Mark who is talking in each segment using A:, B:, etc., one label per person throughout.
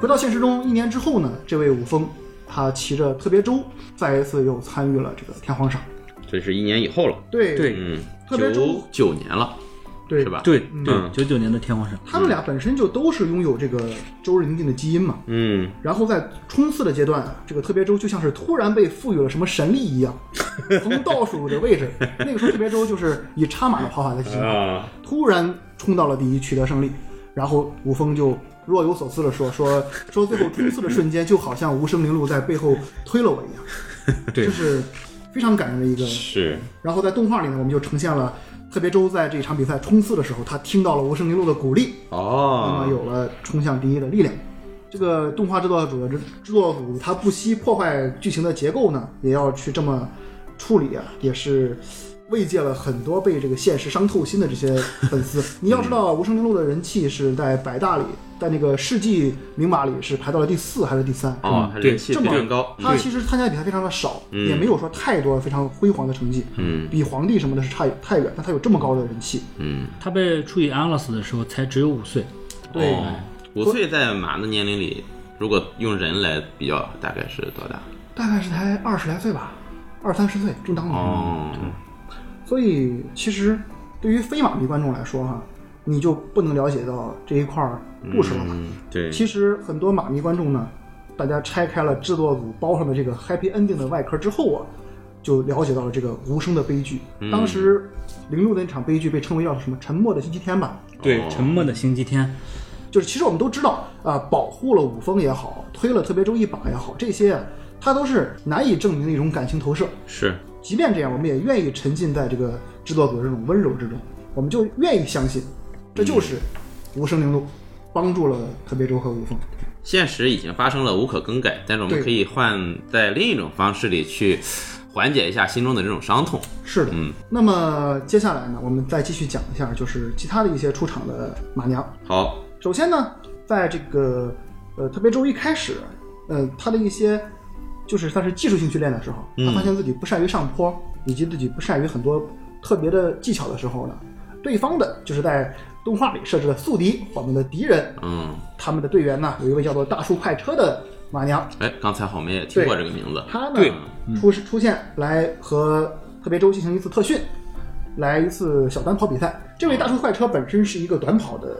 A: 回到现实中，一年之后呢，这位武松他骑着特别舟，再一次又参与了这个天皇赏。
B: 这是一年以后了，
A: 对
C: 对
B: 嗯，
A: 特别
B: 九
A: 周
B: 九年了，
A: 对嗯
B: 是吧？
C: 对
B: 嗯
C: 对，九九年的天皇赏，
A: 他们俩本身就都是拥有这个周人定的基因嘛。
B: 嗯，
A: 然后在冲刺的阶段，这个特别周就像是突然被赋予了什么神力一样，从倒数的位置，那个时候特别周就是以插马的跑法在进行，
B: 啊，
A: 突然冲到了第一，取得胜利。然后武峰就若有所思地说：“说说最后冲刺的瞬间，就好像无声林路在背后推了我一样。”
C: 对
A: 这是非常感人的一个
B: 是，
A: 然后在动画里呢，我们就呈现了特别周在这一场比赛冲刺的时候，他听到了无声林路的鼓励，那么
B: 哦，
A: 有了冲向第一的力量。这个动画制作组的制制作组，他不惜破坏剧情的结构呢，也要去这么处理啊，也是慰藉了很多被这个现实伤透心的这些粉丝。你要知道，无声林路的人气是在百大里，在那个世纪名马里是排到了第四还是第三？
B: 哦，还人气
A: 这
B: 非
A: 么
B: 常高，
A: 他其实参加的比赛非常的少，
B: 嗯
A: 也没有说太多非常辉煌的成绩。
B: 嗯
A: 比皇帝什么的是差太远，但他有这么高的人气。
B: 嗯，
C: 他被处以安乐死的时候才只有五岁，
A: 对
B: 哦，五岁在马的年龄里，如果用人来比较，大概是多大？
A: 大概是才二十来岁吧，二三十岁正当年。
B: 哦，
A: 嗯所以其实对于飞马迷观众来说哈，你就不能了解到这一块儿故事了。
B: 嗯，对，
A: 其实很多马迷观众呢，大家拆开了制作组包上的这个 Happy Ending 的外壳之后啊，就了解到了这个无声的悲剧。
B: 嗯
A: 当时零六的那场悲剧被称为叫什么“沉默的星期天”吧。
C: 对
B: 哦
C: 沉默的星期天，
A: 就是其实我们都知道啊、保护了武峰也好，推了特别周一把也好，这些啊它都是难以证明的一种感情投射。
B: 是，
A: 即便这样，我们也愿意沉浸在这个制作组的这种温柔之中，我们就愿意相信，这就是无声零路帮助了特别周和吴峰。
B: 现实已经发生了，无可更改，但是我们
A: 对
B: 可以换在另一种方式里去缓解一下心中的这种伤痛。
A: 是的，
B: 嗯，
A: 那么接下来呢，我们再继续讲一下，就是其他的一些出场的马娘。
B: 好，
A: 首先呢，在这个呃特别周一开始，呃，他的一些就是算是技术性训练的时候，他发现自己不善于上坡，以及自己不善于很多特别的技巧的时候呢，对方的就是在动画里设置了宿敌，我们的敌人，
B: 嗯，
A: 他们的队员呢有一位叫做大树快车的马娘，
B: 哎，刚才好梅也听过这个名字，
A: 他呢
C: 对
A: 出出现来和特别周进行一次特训，来一次小短跑比赛。这位大树快车本身是一个短跑的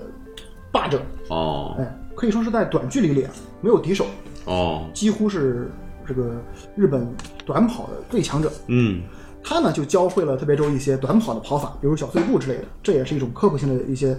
A: 霸者。
B: 哦
A: 哎，可以说是在短距离里啊，没有敌手，
B: 哦，
A: 几乎是这个日本短跑的最强者。
B: 嗯，
A: 他呢就教会了特别周一些短跑的跑法，比如小碎步之类的，这也是一种科普性的一些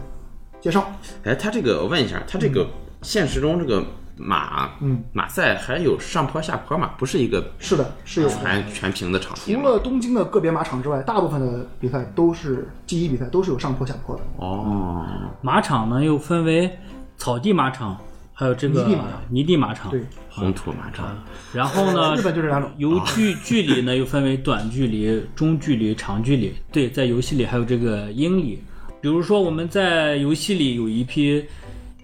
A: 介绍。
B: 哎，他这个我问一下，他这个现实中这个马，
A: 嗯，
B: 马赛还有上坡下坡嘛？不是一个
A: 是的，是有的。
B: 全全平的场地
A: 除
B: 吗？
A: 了东京的个别马场之外，大部分的比赛都是记忆比赛，都是有上坡下坡的。
B: 哦，
C: 马场呢又分为草地马场，还有这个
A: 泥地马场
C: 泥地马场，
A: 对，
B: 红土马场，
C: 然后呢
A: 日，本就这两种。
C: 由距距离呢又分为短距离、中距离、长距离。对，在游戏里还有这个英里。比如说我们在游戏里有一匹，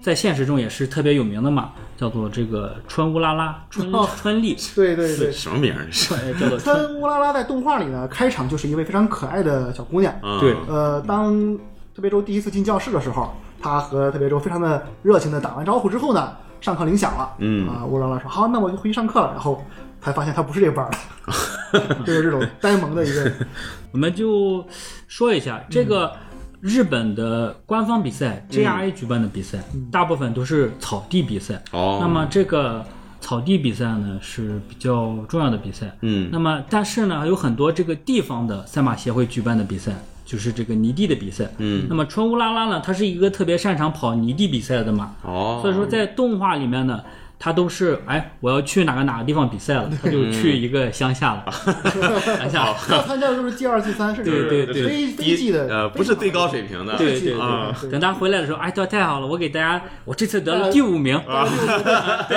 C: 在现实中也是特别有名的马，叫做这个春乌拉拉、 春
A: 哦
C: 春丽，
A: 对对对，
B: 什么名儿？ 是
C: 呃叫做春。
A: 川乌拉拉在动画里呢，开场就是一位非常可爱的小姑娘，
B: 嗯
C: 对
A: 呃，当特别周第一次进教室的时候，他和特别周非常的热情的打完招呼之后呢，上课铃响了，
B: 嗯
A: 啊，乌拉拉说好，那我就回去上课了，然后才发现他不是这个班儿 的，就是这种呆萌的一个，
C: 我们就说一
B: 嗯
C: 下这个日本的官方比赛、JRA 举办的比赛，大部分都是草地比赛。
B: 嗯哦，
C: 那么这个草地比赛呢是比较重要的比赛。
B: 嗯
C: 那么但是呢，有很多这个地方的赛马协会举办的比赛，就是这个泥地的比赛。
B: 嗯，
C: 那么春乌拉拉呢，它是一个特别擅长跑泥地比赛的马，
B: 哦，
C: 所以 说 在动画里面呢。它都是哎，我要去哪个哪个地方比赛了，它
B: 嗯
C: 就去一个乡下 了，
B: 哎
C: 乡下了。
A: 他参加的都是 G 二、G 三，甚至
C: 对对
B: 对
A: 非
B: 第
A: 非
B: 一
A: G 的，
B: 呃，不是最高水平的，
C: 对
A: 对
C: 对
B: 啊
A: 对
C: 等他回来的时候，哎，对，太好了，我给大家，我这次得了啊第五名，
A: 然后就 给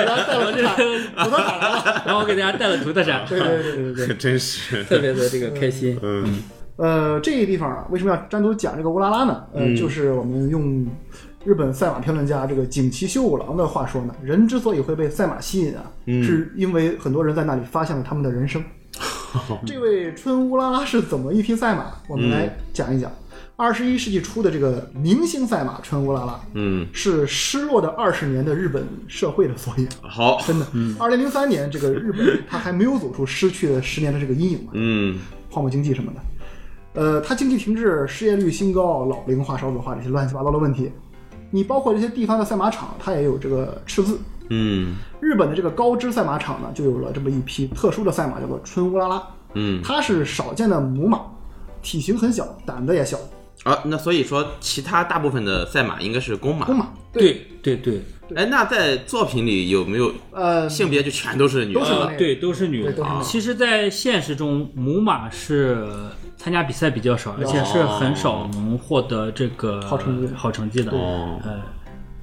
A: 他带了
C: 我这
A: 出来，我都打来了，
C: 然后我给大家带了图特产，
A: 对对对对对对。
B: 真是，
C: 特别的这个开心。
B: 嗯，
A: 呃，这个地方啊，为什么要单独讲这个乌拉拉呢？呃，就是我们用日本赛马评论家这个景崎修五郎的话说呢，人之所以会被赛马吸引啊，是因为很多人在那里发现了他们的人生。这位春乌拉拉是怎么一匹赛马？我们来讲一讲。二十一世纪初的这个明星赛马川乌拉拉，
B: 嗯，
A: 是失落的二十年的日本社会的缩影。
B: 好，
A: 真的，二零零三年这个日本它还没有走出失去了十年的这个阴影嘛，
B: 嗯，
A: 泡沫经济什么的，呃，它经济停滞、失业率新高、老龄化、少子化这些乱七八糟的问题，你包括这些地方的赛马场，它也有这个赤字。
B: 嗯，
A: 日本的这个高知赛马场呢，就有了这么一批特殊的赛马，叫做春乌拉拉。
B: 嗯，
A: 它是少见的母马，体型很小，胆子也小，
B: 啊，那所以说，其他大部分的赛马应该是公马
A: 公。马。，
C: 对对对，
B: 哎，那在作品里有没有
A: 呃，
B: 性别就全都是女
A: 都是
B: 的？
A: 男
C: 呃，对，都是女
A: 对都是女
C: 的。
A: 的
C: 其实，在现实中，母马是参加比赛比较少，而且是很少能获得这个
A: 好成绩的
C: 好成绩的。
B: 哦，
C: 呃，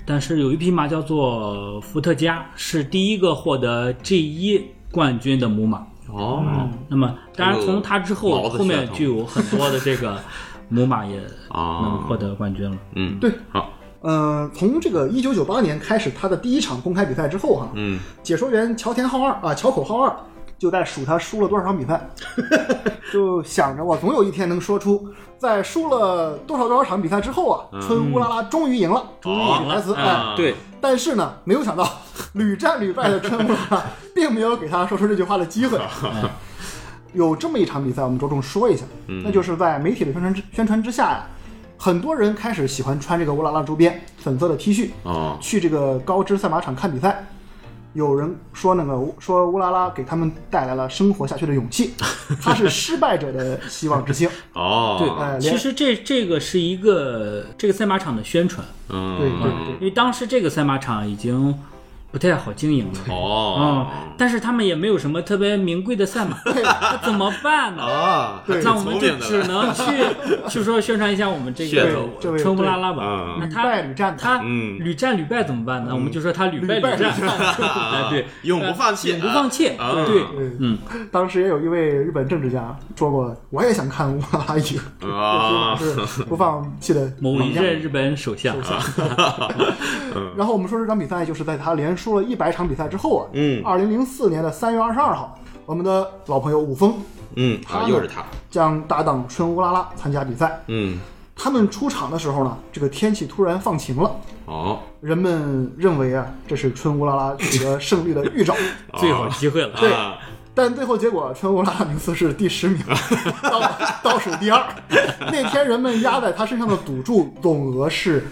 C: 但是有一匹马叫做伏特加，是第一个获得 G 一冠军的母马。
B: 哦，
C: 那么，当然
B: 这个
C: 从它之
B: 毛
C: 后，
B: 子血
C: 后面
B: 统
C: 就有很多的这 个母马也能
B: 啊
C: 获，得冠军了。
B: 嗯，
A: 对，
B: 好，
A: 呃，从这个一九九八年开始，他的第一场公开比赛之后哈、
B: 嗯，
A: 解说员乔田浩二啊，乔口浩二就在数他输了多少场比 赛，就想着我总有一天能说出，在输了多少多少场比赛之后啊，春乌拉拉终于赢了，
B: 终于
A: 这
B: 赢
A: 句
B: 了
A: 台词哎。
B: 嗯啊对，
A: 但是呢，没有想到 屡战屡败的春乌拉拉并没有给他说出这句话的机会。有这么一场比赛，我们着重说一下，那就是在媒体的宣传之宣传之下呀、很多人开始喜欢穿这个乌拉拉周边粉色的 T 恤，
B: 哦，
A: 去这个高知赛马场看比赛。有人说那个说乌拉拉给他们带来了生活下去的勇气，它是失败者的希望之星。
B: 哦，
A: 哎，连
C: 其实这这个是一个这个赛马场的宣传，啊
A: 对对
B: 嗯，
A: 对，
C: 因为当时这个赛马场已经不太好经营了。
B: 哦，
C: 啊、但是他们也没有什么特别名贵的赛 马，那怎么办呢？
B: 啊，
A: 对
C: 那
B: 挺
C: 我们
B: 聪
C: 就
B: 明
C: 只
B: 的了，
C: 能去， 就说宣传一下我们这
B: 噱
C: 个
B: 头
A: 这位
C: 春不拉拉吧
B: 嗯。
C: 那
A: 屡
C: 他
A: 败屡战的
C: 他
B: 嗯
C: 屡战屡败怎么办呢？我们就说他屡败
A: 屡败
C: 战，
A: 屡
C: 哎对，
B: 啊永不放弃
C: 永不放弃，
B: 啊
C: 对，
A: 嗯，当时也有一位日本政治家说过，我也想看乌拉拉赢，
B: 啊，
A: 是不放弃的
C: 某一
A: 榜样
C: 任日本首相，
B: 嗯
A: 然后我们说这场比赛就是在他连输了一百场比赛之后啊，
B: 嗯
A: 二零零四年的三月二十二号，我们的老朋友武峰
B: 嗯，啊，又是他，
A: 将搭档春乌拉拉参加比赛。
B: 嗯，
A: 他们出场的时候呢，这个天气突然放晴了，
B: 哦，
A: 人们认为啊，这是春乌拉拉取得胜利的预兆。
C: 最好机会了。
B: 啊，
A: 但最后结果，春乌拉拉名次是第十 名，倒倒数第二。那天人们压在他身上的赌注总额是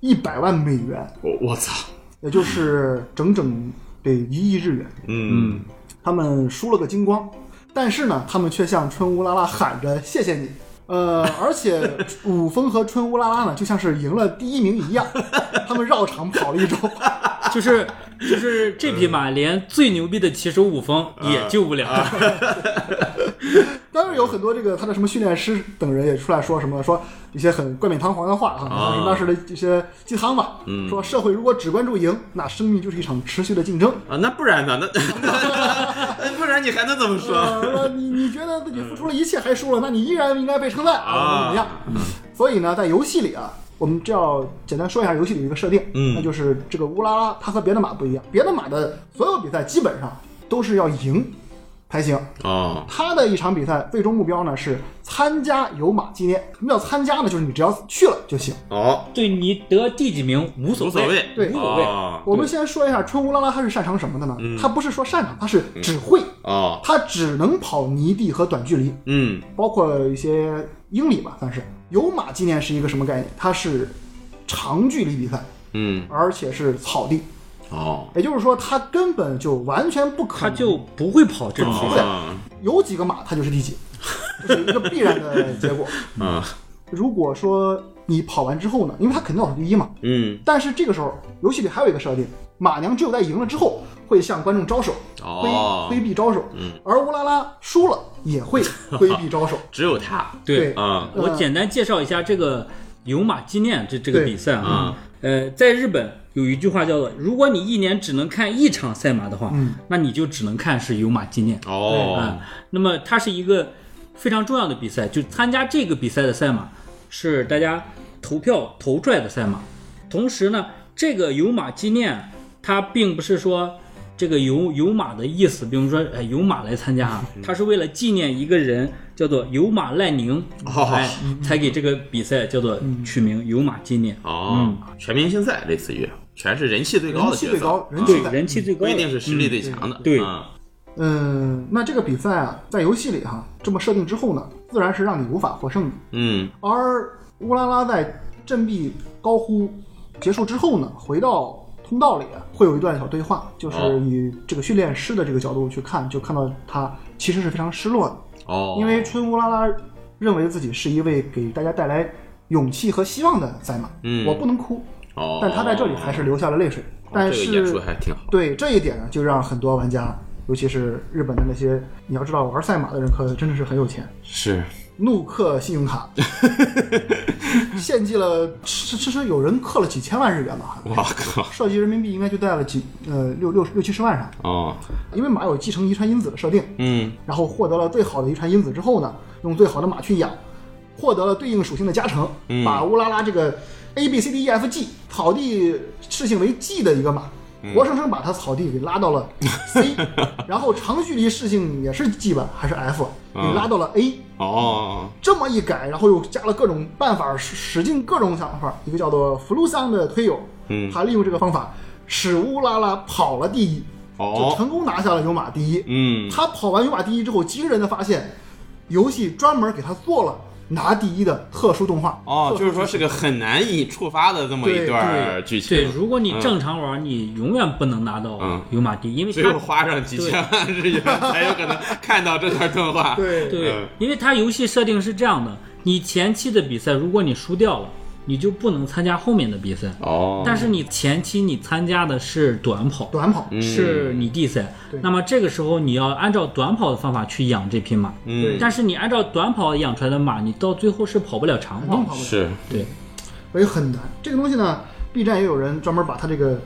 A: 一百万美元，
B: 我我操，
A: 也就是整整得一亿日元。
B: 嗯，
A: 他们输了个精光，但是呢，他们却向春乌拉拉喊着谢谢你。呃，而且武峰和春乌拉拉呢，就像是赢了第一名一样，他们绕场跑了一周。
C: 就是就是这匹
B: 嗯
C: 马，连最牛逼的骑手武峰
B: 啊
C: 也救不了。
A: 当然有很多这个他的什么训练师等人也出来说什么说一些很冠冕堂皇的话啊，当时当时的一些鸡汤吧，说社会如果只关注赢，那生命就是一场持续的竞争。
B: 啊，那不然呢？那那不然你还能怎么说？
A: 呃，那你你觉得自己付出了一切还输了，那你依然应该被称赞啊，怎么怎么样？所以呢，在游戏里啊，我们这要简单说一下游戏里的一个设定，
B: 嗯
A: 那就是这个乌拉拉它和别的马不一样，别的马的所有比赛基本上都是要赢才行，
B: 哦，
A: 它的一场比赛最终目标呢是参加有马纪念。什么叫参加呢？就是你只要去了就行。
B: 哦，
C: 对你得第几名无所
B: 无所谓，
A: 对
C: 无所谓。
B: 哦
A: 我们先说一下春乌拉拉它是擅长什么的呢？它不是说擅长，它是只会，
B: 哦，
A: 它只能跑泥地和短距离。
B: 嗯，
A: 包括一些英里吧，算是。有马纪念是一个什么概念？它是长距离比赛，
B: 嗯，
A: 而且是草地，
B: 哦，
A: 也就是说，它根本就完全不可
C: 他
A: 能。
C: 就不会跑这种比赛。
B: 啊，
A: 有几个马，它就是第几，这是一个必然的结果。
B: 嗯，
A: 如果说你跑完之后呢，因为它肯定倒数第一嘛，
B: 嗯，
A: 但是这个时候游戏里还有一个设定，马娘只有在赢了之后会向观众招手，挥
B: 哦
A: 挥臂招手，
B: 嗯
A: 而乌拉拉输了也会挥臂招手。
B: 只有他，
A: 对嗯
B: 啊，
C: 我简单介绍一下这个有马纪念这这个
A: 对
C: 比赛啊，
B: 嗯
C: 呃，在日本有一句话叫做：如果你一年只能看一场赛马的话，
A: 嗯
C: 那你就只能看是有马纪念啊、
B: 哦，
C: 那么它是一个非常重要的比赛，就参加这个比赛的赛马是大家投票投出来的赛马，同时呢，这个有马纪念它并不是说。这个有有马的意思，比如说哎有马来参加啊，他是为了纪念一个人，叫做有马赖宁，
B: 哦嗯
C: 哎，才给这个比赛叫做取名有马纪念，
B: 哦，全明星赛类似于全是人气最高
A: 人
B: 的
A: 气
B: 角
A: 最
B: 色
A: 高，，人
C: 对
A: 气在。
C: 人气最高
B: 不
C: 的，
B: 一定是实力最强的。
C: 对
B: 嗯
A: 嗯，那这个比赛啊，在游戏里哈、这么设定之后呢，自然是让你无法获胜的。
B: 嗯
A: 而乌拉拉在振臂高呼结束之后呢，回到通道里啊会有一段小对话，就是
B: 哦
A: 以这个训练师的这个角度去看，就看到他其实是非常失落的，
B: 哦，
A: 因为春乌拉拉认为自己是一位给大家带来勇气和希望的赛马，
B: 嗯
A: 我不能哭，
B: 哦，
A: 但他在这里还是流下了泪水，
B: 哦
A: 但
B: 这个演
A: 是
B: 出还挺好。
A: 对这一点呢，就让很多玩家。尤其是日本的那些，你要知道玩赛马的人可真的是很有钱，
B: 是
A: 怒氪信用卡，献祭了，是是是有人氪了几千万日元吧，
B: 我靠
A: 涉及人民币应该就带了几呃六六六七十万上，
B: 哦
A: 因为马有继承遗传因子的设定，
B: 嗯
A: 然后获得了最好的遗传因子之后呢，用最好的马去养，获得了对应属性的加成，
B: 嗯
A: 把乌拉拉这个 A B C D E F G 草地适性为 G 的一个马，
B: 嗯
A: 活生生把它草地给拉到了 C，然后长距离适性也是 G 吧还是 F，给
B: 嗯
A: 拉到了 A。
B: 哦
A: 这么一改，然后又加了各种办法，使使尽各种想法。一个叫做福禄桑的推友，
B: 嗯
A: 他利用这个方法使乌拉拉跑了第一，就
B: 哦
A: 成功拿下了有马第一。
B: 嗯
A: 他跑完有马第一之后，惊人的发现，游戏专门给他做了拿第一的特殊动画。
B: 哦，
A: 特殊
B: 就是说是个很难以触发的这么一
A: 对
B: 段儿剧
C: 对，
B: 情，
C: 如果你正常玩，你永远不能拿到
B: 嗯
C: 有马第一，因为
B: 只有
C: 他
B: 花上几千万日元才有可能看到这段动画。
A: 对
C: 对
B: 嗯，
C: 因为它游戏设定是这样的：你前期的比赛，如果你输掉了，你就不能参加后面的比赛。
B: 哦，
C: 但是你前期你参加的是短跑，
A: 短跑，
B: 嗯
C: 是你地赛
A: 对。
C: 那么这个时候你要按照短跑的方法去养这匹马，
B: 嗯
C: 但是你按照短跑养出来的马，你到最后是跑不了长
A: 肯
C: 跑
A: 定。跑不了，
B: 哦是
C: 对，
A: 所以很难。这个东西呢，B 站也有人专门把他这个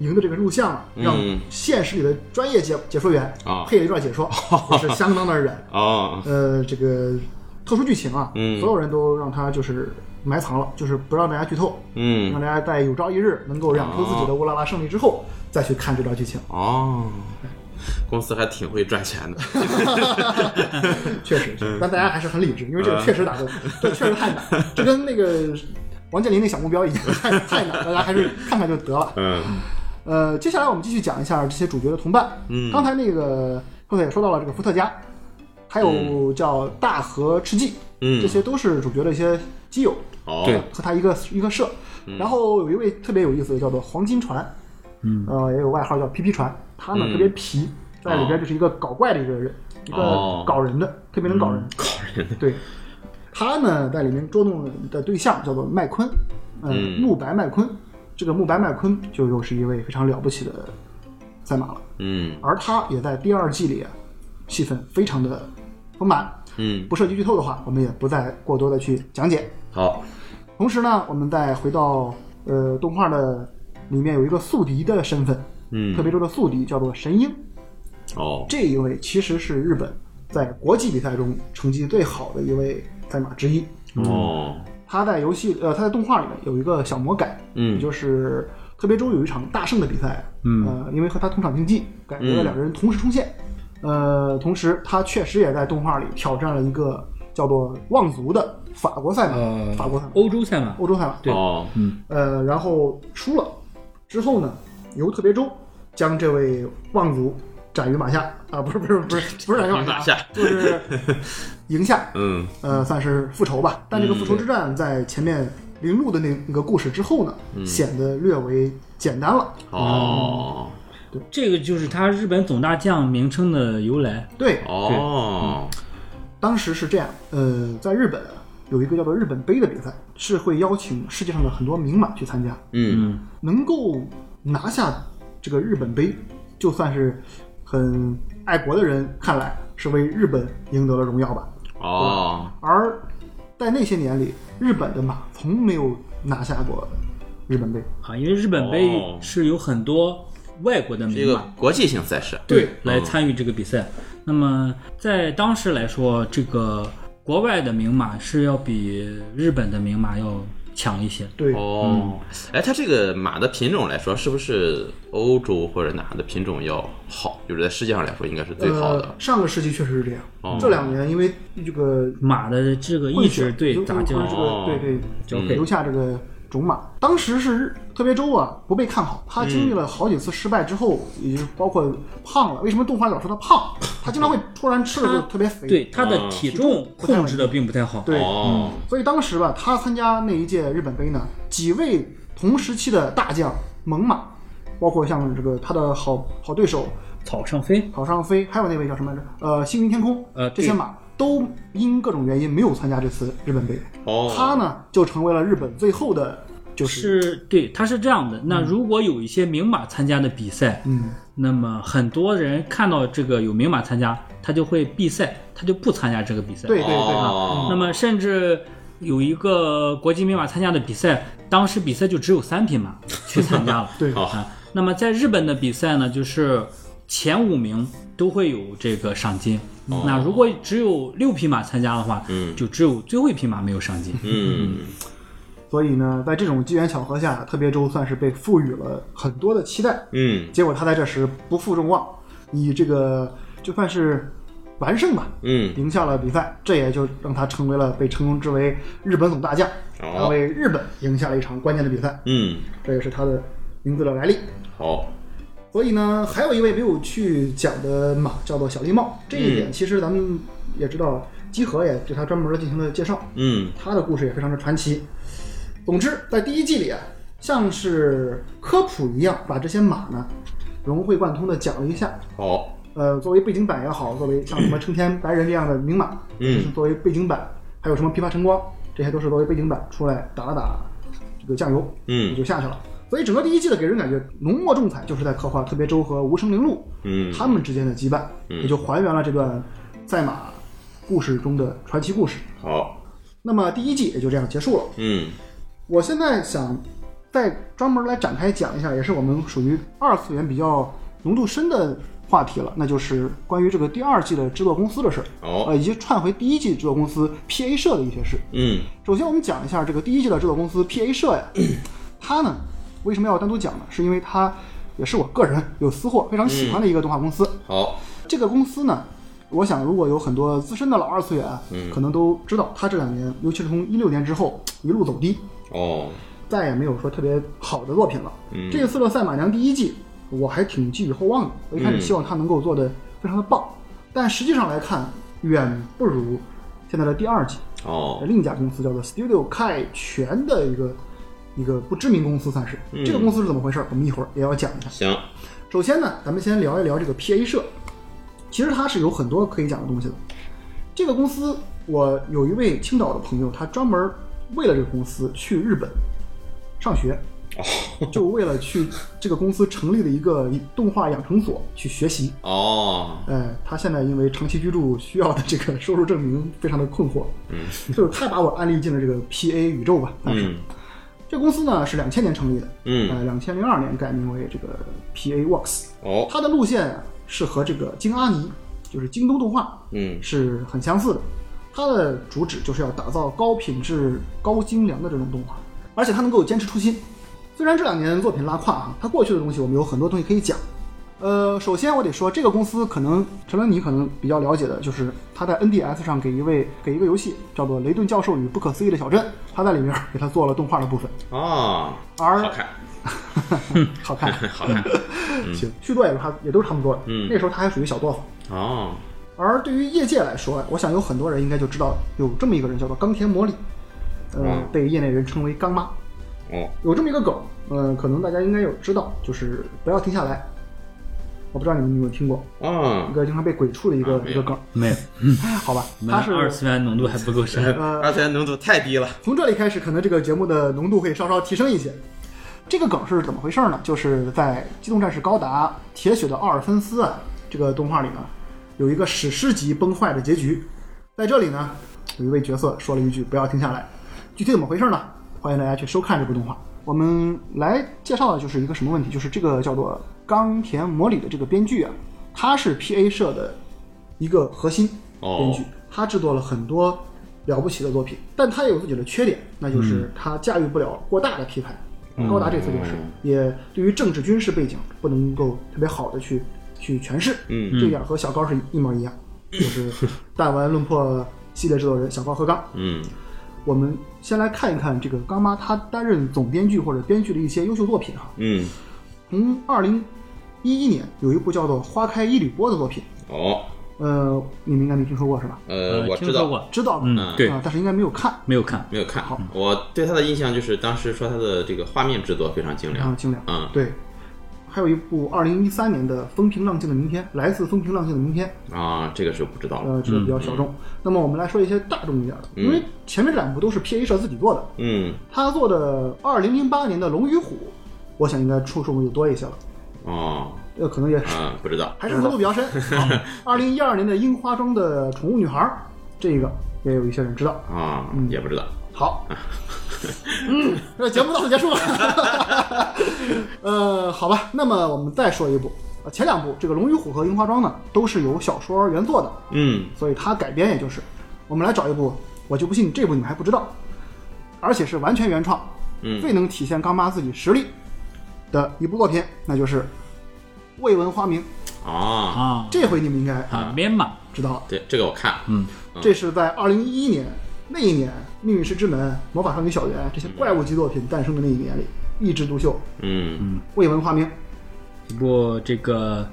A: 赢的这个录像啊，让
B: 嗯
A: 现实里的专业解解说员
B: 啊
A: 配了一段解 说，也是相当的忍。
B: 哦
A: 呃，这个特殊剧情啊，
B: 嗯
A: 所有人都让他就是埋藏了，就是不让大家剧透，让
B: 嗯
A: 大家在有朝一日能够养出自己的乌拉拉胜利之后，再去看这段剧情。
B: 哦，公司还挺会赚钱的。
A: 确实，
B: 嗯
A: 但大家还是很理智，因为这个确实打的，这确实太难，这跟那个王健林那小目标一样， 太太难，大家还是看看就得了。
B: 嗯
A: 呃，接下来我们继续讲一下这些主角的同伴。
B: 嗯
A: 刚才那个刚才也说到了这个伏特加，还有叫大和赤纪，
B: 嗯
A: 这些都是主角的一些基友。呃
B: 哦嗯
C: 对
A: 和他一个一个社。然后有一位特别有意思的，叫做黄金船，
C: 嗯，
A: 呃，也有外号叫皮皮船。他呢
B: 嗯
A: 特别皮，在里边就是一个搞怪的一个人，一
B: 哦
A: 个搞人的，特别能搞人。搞人对，他呢在里面捉弄的对象叫做麦昆，呃
B: 嗯
A: 慕白麦昆。这个慕白麦昆就又是一位非常了不起的赛马了，
B: 嗯
A: 而他也在第二季里啊戏份非常的丰满。
B: 嗯
A: 不涉及剧透的话，我们也不再过多的去讲解。
B: 好
A: 同时呢，我们再回到呃动画的里面有一个宿敌的身份，
B: 嗯
A: 特别中的宿敌叫做神鹰，
B: 哦
A: 这一位其实是日本在国际比赛中成绩最好的一位赛马之一。
B: 哦
A: 他在游戏呃他在动画里面有一个小魔改，
B: 嗯
A: 就是特别中有一场大胜的比赛，
C: 嗯
A: 呃，因为和他同场竞技，改革了
B: 嗯
A: 两个人同时冲线。呃，同时他确实也在动画里挑战了一个叫做望族的法国赛马，
C: 呃
A: 法国赛马，
C: 欧洲赛马，
A: 欧洲赛马。
C: 对
B: 哦
A: 呃，然后输了之后呢，由特别周将这位望族斩于马下啊，不是不是不是不是斩于马下，就是赢下，
B: 嗯
A: 呃，算是复仇吧。但这个复仇之战在前面林鹿的那那个故事之后呢，显得略为简单了。
B: 哦
C: 这个就是它日本总大将名称的由来。
A: 对，
B: 哦
A: 当时是这样，呃，在日本有一个叫做日本杯的比赛，是会邀请世界上的很多名马去参加，
B: 嗯
A: 能够拿下这个日本杯，就算是很爱国的人看来是为日本赢得了荣耀吧。
B: 哦
A: 而在那些年里，日本的马从没有拿下过日本杯。
C: 啊，因为日本杯
B: 哦
C: 是有很多外国的
B: 是一
C: 名
B: 个
C: 马，
B: 国际性赛事
A: 对
C: 来参与这个比赛。那么在当时来说，这个国外的名马是要比日本的名马要强一些。
A: 对，
B: 哦，哎，它这个马的品种来说，是不是欧洲或者哪的品种要好？就是在世界上来说，应该是最好的哦
A: 呃。。上个世纪确实是这样，这两年因为这个
C: 马的这个
A: 混
C: 意
A: 血
C: 志对
A: 尤其
C: 杂
A: 是
C: 交
A: 这，
B: 哦
A: 个对对
C: 交配
A: 留下这个种马。当时是特别周啊，不被看好，他经历了好几次失败之后，也就是包括胖了。为什么动画老说他胖？他经常会突然吃了就特别肥。
C: 对它的体重控制的并不太好。
A: 对
B: 哦，
A: 所以当时吧，他参加那一届日本杯呢，几位同时期的大将猛马，包括像这个他的好好对手
C: 草上飞，
A: 草上飞，还有那位叫什么来着？呃，星云天空，
C: 呃
A: 这些马都因各种原因没有参加这次日本杯。
B: 哦，
A: 他呢就成为了日本最后的，就是
C: 是对，它是这样的。那如果有一些名马参加的比赛，
A: 嗯，
C: 那么很多人看到这个有名马参加，他就会避赛，他就不参加这个比赛。
A: 对对对，。
B: 哦
C: 那么甚至有一个国际名马参加的比赛，当时比赛就只有三 匹马去参加了
A: 对
B: 哦
C: 啊，那么在日本的比赛呢，就是前五名都会有这个赏金。那如果只有六匹马参加的话，
B: 哦嗯
C: 就只有最后一匹马没有赏金。
B: 嗯，
A: 所以呢，在这种机缘巧合下，特别周算是被赋予了很多的期待。
B: 嗯
A: 结果他在这时不负众望，以这个就算是完胜吧，
B: 嗯，
A: 赢下了比赛，这也就让他成为了被称之为日本总大将，
B: 哦
A: 他为日本赢下了一场关键的比赛，
B: 嗯，
A: 这也是他的名字的来历。
B: 好，
A: 所以呢，还有一位没有去讲的马叫做小笠帽，这一点其实咱们也知道，基和也对他专门的进行了介绍，
B: 嗯
A: 他的故事也非常的传奇。总之，在第一季里啊，像是科普一样，把这些马呢融会贯通的讲了一下。
B: 好，
A: 呃，作为背景板也好，作为像什么成天白人这样的名马，
B: 嗯
A: 就是作为背景板，还有什么琵琶晨光，这些都是作为背景板出来打了打这个酱油，
B: 嗯
A: 也就下去了。所以整个第一季的给人感觉浓墨重彩，就是在刻画特别周和无声铃鹿
B: 嗯
A: 他们之间的羁绊，
B: 嗯
A: 也就还原了这段赛马故事中的传奇故事。
B: 好，
A: 那么第一季也就这样结束了。
B: 嗯
A: 我现在想再专门来展开讲一下，也是我们属于二次元比较浓度深的话题了，那就是关于这个第二季的制作公司的事儿，
B: 好，
A: 呃，以及串回第一季制作公司 PA 社的一些事。
B: 嗯
A: 首先，我们讲一下这个第一季的制作公司 PA 社呀，它呢为什么要单独讲呢？是因为它也是我个人有私货非常喜欢的一个动画公司。
B: 好，
A: 这个公司呢，我想如果有很多资深的老二次元，啊可能都知道，它这两年，尤其是从一六年之后一路走低，
B: 哦，
A: 再也没有说特别好的作品了。这次的《赛马娘》第一季，我还挺寄予厚望的。我一开始希望它能够做得非常的棒，但实际上来看，远不如现在的第二季。
B: 哦，
A: 另一家公司叫做 Studio 凯全的一个一个不知名公司，算是。这个公司是怎么回事？我们一会儿也要讲一下。
B: 行，
A: 首先呢，咱们先聊一聊这个 PA 社，其实它是有很多可以讲的东西的。这个公司，我有一位青岛的朋友，他专门为了这个公司去日本上学，就为了去这个公司成立的一个动画养成所去学习。
B: 哦，
A: 哎，他现在因为长期居住需要的这个收入证明，非常的困惑。嗯，就是太把我安利进了这个 PA 宇宙吧。但是、
B: 嗯
A: 这公司呢是两千年成立的，
B: 嗯，
A: 呃，两千零二年改名为这个 PA Works。
B: 哦，
A: 它的路线啊是和这个京阿尼，就是京东动画
B: 嗯
A: 是很相似的。它的主旨就是要打造高品质、高精良的这种动画，而且它能够坚持初心。虽然这两年作品拉胯啊，它过去的东西我们有很多东西可以讲。呃，首先我得说，这个公司可能陈伦你可能比较了解的，就是他在 NDS 上给一位给一个游戏叫做《雷顿教授与不可思议的小镇》，他在里面给他做了动画的部分，
B: 啊，
A: 而
B: 好看，
A: 好看，
B: 好看，
A: 行，续作也是他也都是他们做的，
B: 嗯
A: 那时候他还属于小作坊。
B: 哦，
A: 而对于业界来说，我想有很多人应该就知道有这么一个人叫做冈田模里，呃，
B: 嗯
A: 被业内人称为“冈妈”。
B: 哦，
A: 有这么一个梗，呃，可能大家应该有知道，就是不要停下来。我不知道你们有没有听过，一
B: 嗯，
A: 个经常被鬼畜的一个、
B: 啊没
A: 一
B: 有呃
A: 个梗，
C: 没有，
A: 好吧？
C: 我们
A: 它
C: 二
A: 是
C: 次元浓度还不够 深。
B: 二次元浓度太低了，
A: 从这里开始，可能这个节目的浓度会稍稍提升一些。这个梗是怎么回事呢？就是在《机动战士高达》铁血的奥尔芬斯啊这个动画里呢，有一个史诗级崩坏的结局。在这里呢，有一位角色说了一句“不要停下来”，具体怎么回事呢？欢迎大家去收看这部动画。我们来介绍的就是一个什么问题？就是这个叫做冈田模里的这个编剧啊，他是 PA 社的一个核心编剧，
B: 哦
A: 他制作了很多了不起的作品，但它也有自己的缺点，那就是它驾驭不了过大的批判。高达这次就是，也对于政治军事背景不能够特别好的去去诠释，
B: 嗯
A: 这一点和小高是一模一样，就是弹丸论破系列制作人小高和刚。
B: 嗯
A: 我们先来看一看这个刚妈她担任总编剧或者编剧的一些优秀作品哈。
B: 嗯，
A: 从二零一一年有一部叫做《花开一缕波》的作品，
B: 哦，
A: 呃，你们应该没听说过是吧？
B: 呃，我
C: 听
B: 知
C: 说
B: 道，
C: 过，
A: 知道吧？
C: 嗯，对，
A: 啊，但是应该没有看
C: 没有看，
B: 没有看。我对他的印象就是当时说他的这个画面制作非常精
A: 啊，
B: 良。
A: 精良。
B: 嗯
A: 对，还有一部二零一三年的《风平浪静的明天》，来自《风平浪静的明天》，
B: 啊，这个是不知道了。
A: 呃，这个比较小众。那么我们来说一些大众一点的，因为前面这两部都是 P A 社自己做的，
B: 嗯，
A: 他做的二零零八年的《龙与虎》，我想应该触手就多一些了，
B: 哦，
A: 呃，可能也
B: 啊，不知道。
A: 还是合作比较深。二零一二年的《樱花庄的宠物女孩》，这个也有一些人知道。
B: 啊，也不知道。
A: 好，嗯，那节目到此结束了。 呃，好吧，那么我们再说一部，呃前两部这个《龙与虎》和《樱花庄》呢，都是由小说原作的，
B: 嗯
A: 所以它改编也就是，我们来找一部，我就不信这部你们还不知道，而且是完全原创，
B: 嗯
A: 最能体现刚妈自己实力的一部作品，那就是《未闻花名》。
B: 啊，
C: 啊
A: 这回你们应该
C: 啊，编码，
A: 知道了，
B: 对，这个我看。
C: 嗯，
A: 这是在二零一一年那一年，《命运石之门》《魔法少女小圆》这些怪物级作品诞生的那一年里，一枝独秀，
B: 嗯
A: 未闻花名。
C: 一部这个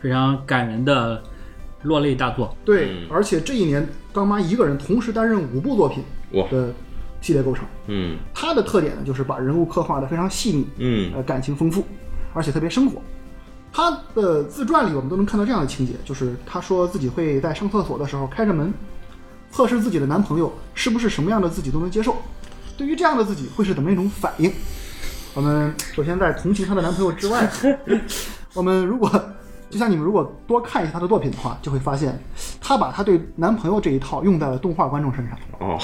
C: 非常感人的落泪大作，
A: 对，
B: 嗯
A: 而且这一年刚妈一个人同时担任五部作品
B: 哇
A: 的系列构成。
B: 嗯
A: 她的特点呢，就是把人物刻画的非常细腻，
B: 嗯
A: 呃，感情丰富，而且特别生活。她的自传里我们都能看到这样的情节，就是她说自己会在上厕所的时候开着门，测试自己的男朋友是不是什么样的自己都能接受，对于这样的自己会是怎么一种反应。我们首先在同情她的男朋友之外，我们如果就像你们如果多看一下她的作品的话，就会发现她把她对男朋友这一套用在了动画观众身上。
B: 哦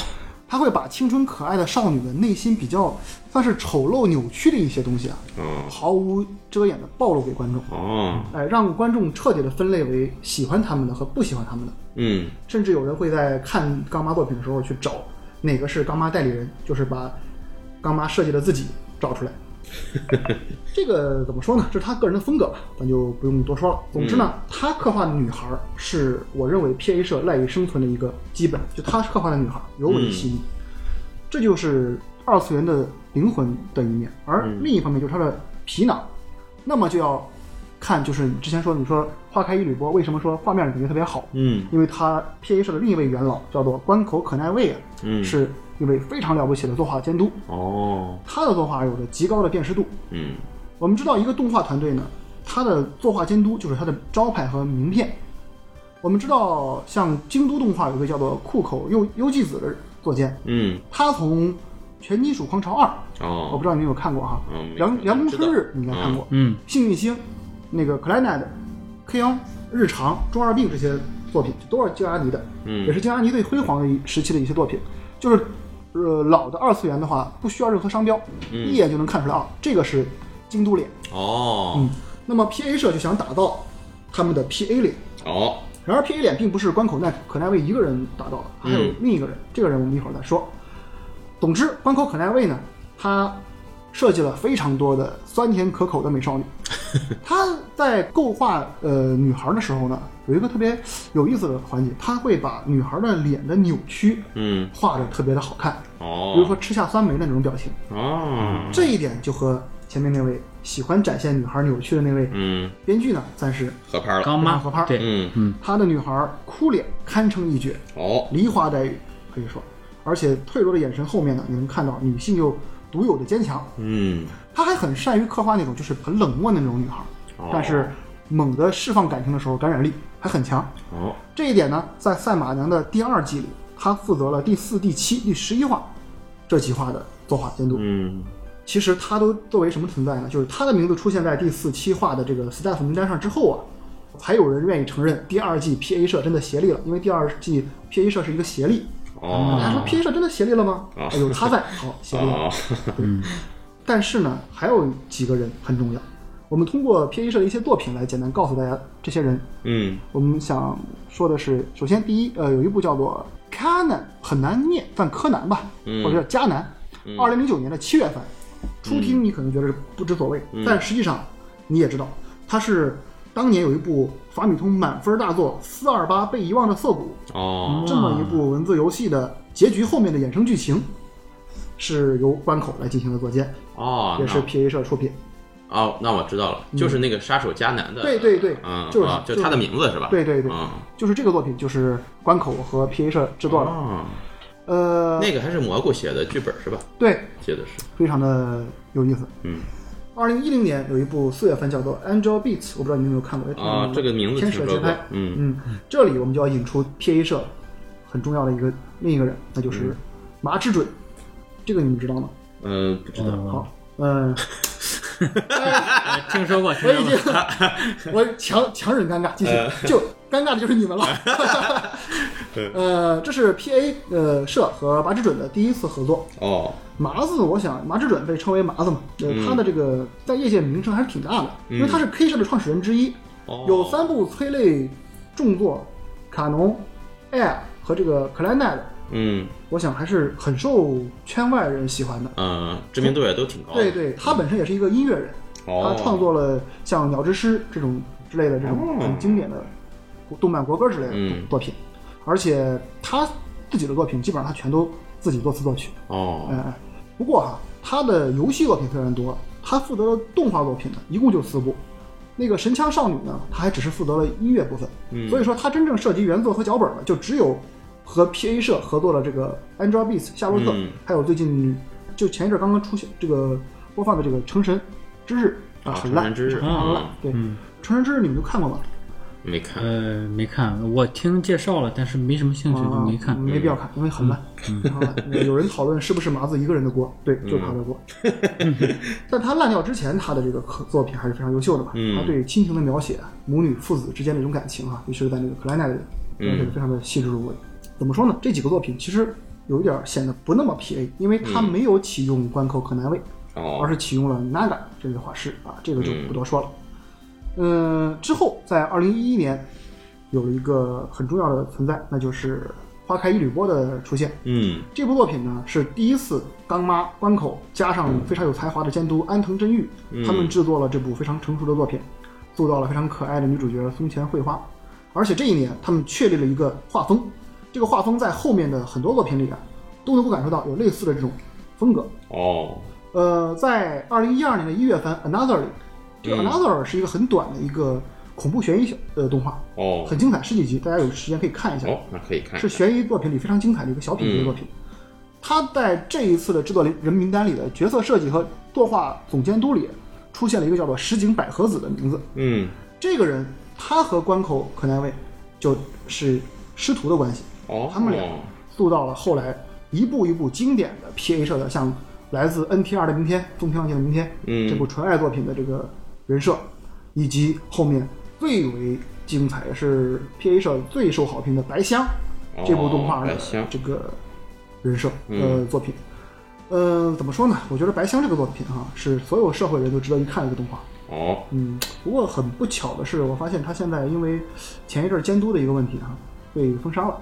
A: 她会把青春可爱的少女们内心比较算是丑陋扭曲的一些东西啊，
B: 哦
A: 毫无遮掩的暴露给观众，
B: 哦，
A: 哎，让观众彻底的分类为喜欢他们的和不喜欢他们的，
B: 嗯
A: 甚至有人会在看刚妈作品的时候去找哪个是刚妈代理人，就是把刚妈设计的自己找出来。这个怎么说呢？这是他个人的风格吧，咱就不用多说了。总之呢，他刻画的女孩儿是我认为 P A 社赖以生存的一个基本，就他刻画的女孩儿尤为细腻，这就是二次元的灵魂的一面。而另一方面就是他的皮囊，那么就要看就是你之前说你说花开一缕波，为什么说画面感觉特别好？
B: 嗯
A: 因为他 P A 社的另一位元老叫做关口可奈卫啊，
B: 嗯
A: 是一位非常了不起的作画监督，
B: 哦
A: 他的作画有着极高的辨识度。
B: 嗯
A: 我们知道一个动画团队呢，他的作画监督就是他的招牌和名片。我们知道，像京都动画有一个叫做库口优优纪子的作监，
B: 嗯
A: 他从《全金属狂潮二》，我
B: 哦
A: 不知道你有没有看过哈，
B: 嗯没
A: 凉
B: 看
A: 凉宫
B: 知道
A: 春日》你应该看过，
C: 嗯，
A: 幸运星》那个《Clannad》、《K 幺》、《日常》、《中二病》这些作品都是金阿尼的，
B: 嗯
A: 也是金阿尼最辉煌的一时期的一些作品，就是呃老的二次元的话，不需要任何商标，
B: 嗯
A: 一眼就能看出来啊，这个是京都脸。
B: 哦
A: 嗯，那么 PA 社就想打造他们的 PA 脸，
B: 哦
A: 然而 PA 脸并不是关口奈可奈卫一个人打造的，还有
B: 嗯
A: 另一个人，这个人我们一会儿再说。总之，关口可奈卫呢，他设计了非常多的酸甜可口的美 少女。他在构画呃女孩的时候呢，有一个特别有意思的环节，他会把女孩的脸的扭曲
B: 嗯
A: 画的特别的好看，比如
B: 哦
A: 说吃下酸梅的那种表情，
B: 哦
A: 这一点就和前面那位喜欢展现女孩扭曲的那位
B: 嗯
A: 编剧呢，算是
B: 合拍了
C: 刚妈
A: 跟他合拍
C: 对，
B: 嗯
A: 他的女孩哭脸堪称一绝，
B: 哦
A: 梨花带雨可以说，而且脆弱的眼神后面呢，你能看到女性又独有的坚强。
B: 嗯
A: 他还很善于刻画那种就是很冷漠的那种女孩
B: 哦，
A: 但是猛地释放感情的时候感染力还很强。
B: 哦
A: 这一点呢，在赛马娘的第二季里，他负责了第四、第七、第十一话这几话的作画监督。
B: 嗯
A: 其实他都作为什么存在呢？就是他的名字出现在第四期画的这个 staff 名单上之后啊，才有人愿意承认第二季 PA 社真的协力了，因为第二季 PA 社是一个协力。大家
B: 哦
A: 说 PA 社真的协力了吗？
B: 哦
A: 哎有他在，好协力了。
B: 哦
A: 但是呢，还有几个人很重要。我们通过 PA 社的一些作品来简单告诉大家这些人。
B: 嗯
A: 我们想说的是，首先第一，呃，有一部叫做《他呢很难念，犯柯南吧，或者叫迦南。二零零九年的七月份，初听你可能觉得是不知所谓，但实际上你也知道，它是当年有一部法米通满分大作《四二八被遗忘的涩谷》
B: 哦，
A: 这么一部文字游戏的结局后面的衍生剧情，是由关口来进行了作监，
B: 哦，
A: 也是
B: 那
A: PA 社出品。
B: 哦，那我知道了，就是那个杀手迦南的，
A: 对对对
B: 嗯，
A: 就是
B: 啊
A: 就
B: 就他的名字是吧？
A: 对对对
B: 嗯，
A: 就是这个作品就是关口和 PA 社制作的。
B: 哦，
A: 呃，
B: 那个还是蘑菇写的剧本是吧？
A: 对，
B: 写的是，
A: 非常的有意思。
B: 嗯，
A: 二零一零年有一部四月份叫做《Angel Beats》，我不知道你们有没有看过？也挺有名
B: 啊，
A: 的
B: 这个名字
A: 天
B: 听
A: 使的
B: 说
A: 节
B: 过
A: 拍。，
B: 嗯，
A: 嗯，这里我们就要引出 PA 社很重要的一个另一个人，那
B: 嗯
A: 就是麻之准。这个你们知道吗？
B: 呃，不知道，
A: 好，嗯，
C: 听说过，听
A: 我
C: 说
A: 已
C: 过。
A: 经 我强强忍尴尬，继续，就尴尬的就是你们了。呃，这是 PA 呃社和麻之准的第一次合作。
B: 哦，
A: 麻子，我想麻之准被称为麻子嘛，呃，他的这个在业界名声还是挺大的，因为他是 K 社的创始人之一，
B: 哦
A: 有三部催泪重作，卡农、Air 和这个 c l a n e t
B: 嗯
A: 我想还是很受圈外人喜欢的。
B: 嗯，知名度也都挺高的，
A: 对，对，他本身也是一个音乐人，
B: 哦
A: 他创作了像《鸟之诗》这种之类的这种很经典的动漫国歌之类的
B: 哦嗯
A: 作品，而且他自己的作品基本上他全都自己作词作曲。
B: 哦，
A: 嗯，不过哈，他的游戏作品虽然多，他负责的动画作品呢，一共就四部。那个《神枪少女》呢，他还只是负责了音乐部分，
B: 嗯
A: 所以说他真正涉及原作和脚本的，就只有和 PA 社合作的这个 Angel Beats 夏洛特，
B: 嗯
A: 还有最近就前一阵刚刚出现这个播放的这个《成神之日》啊，
B: 啊
A: 很
B: 成
A: 烂，
B: 神之日
A: 非常烂
B: 嗯。
A: 对，成神之日》你们都看过吗？
B: 没看，
C: 呃，没看，我听介绍了，但是没什么兴趣，就
A: 啊
C: 没看。
A: 没必要看，因为很烂， 非常烂。有人讨论是不是麻子一个人的锅，对，就是他的锅。 但他烂掉之前，他的这个作品还是非常优秀的嘛。
B: 嗯
A: 他对亲情的描写，母女父子之间的这种感情哈、啊尤其是在那个克莱奈里，描写的非常的细致入微。怎么说呢？这几个作品其实有一点显得不那么 PA，因为他没有启用关口可南卫，而
B: 哦，
A: 是启用了 Naga 这位画师啊，这个就不多说了。嗯，之后在二零一一年有了一个很重要的存在，那就是《花开一缕波》的出现。
B: 嗯，
A: 这部作品呢是第一次刚妈关口加上非常有才华的监督安藤真裕，他们制作了这部非常成熟的作品，塑造了非常可爱的女主角松前绘花。而且这一年，他们确立了一个画风，这个画风在后面的很多作品里啊，都能够感受到有类似的这种风格。
B: 哦，
A: 呃，在二零一二年的一月份，《Another》里，这
B: 嗯
A: 个《Another》是一个很短的一个恐怖悬疑小呃动画，
B: 哦，
A: 很精彩，十几集，大家有时间可以看一下，
B: 哦，那嗯可以看，
A: 是悬疑作品里非常精彩的一个小品级的作品。他在这一次的制作人名单里的角色设计和作画总监督里，出现了一个叫做石井百合子的名字。
B: 嗯，
A: 这个人，他和关口可奈卫就是师徒的关系。
B: 哦，
A: 他们俩塑造了后来一步一步经典的 PA 社的，像来自 NTR 的明天、东天界的明天、
B: 嗯
A: 这部纯爱作品的这个人设，以及后面最为精彩也是 PA 社最受好评的《白香》
B: 哦
A: 这部动画的
B: 白嗯香
A: 这个人设、呃作品。呃，怎么说呢？我觉得《白香》这个作品啊，是所有社会人都值得一看的一个动画。
B: 哦，
A: 嗯，不过很不巧的是，我发现他现在因为前一阵儿监督的一个问题啊，被封杀了。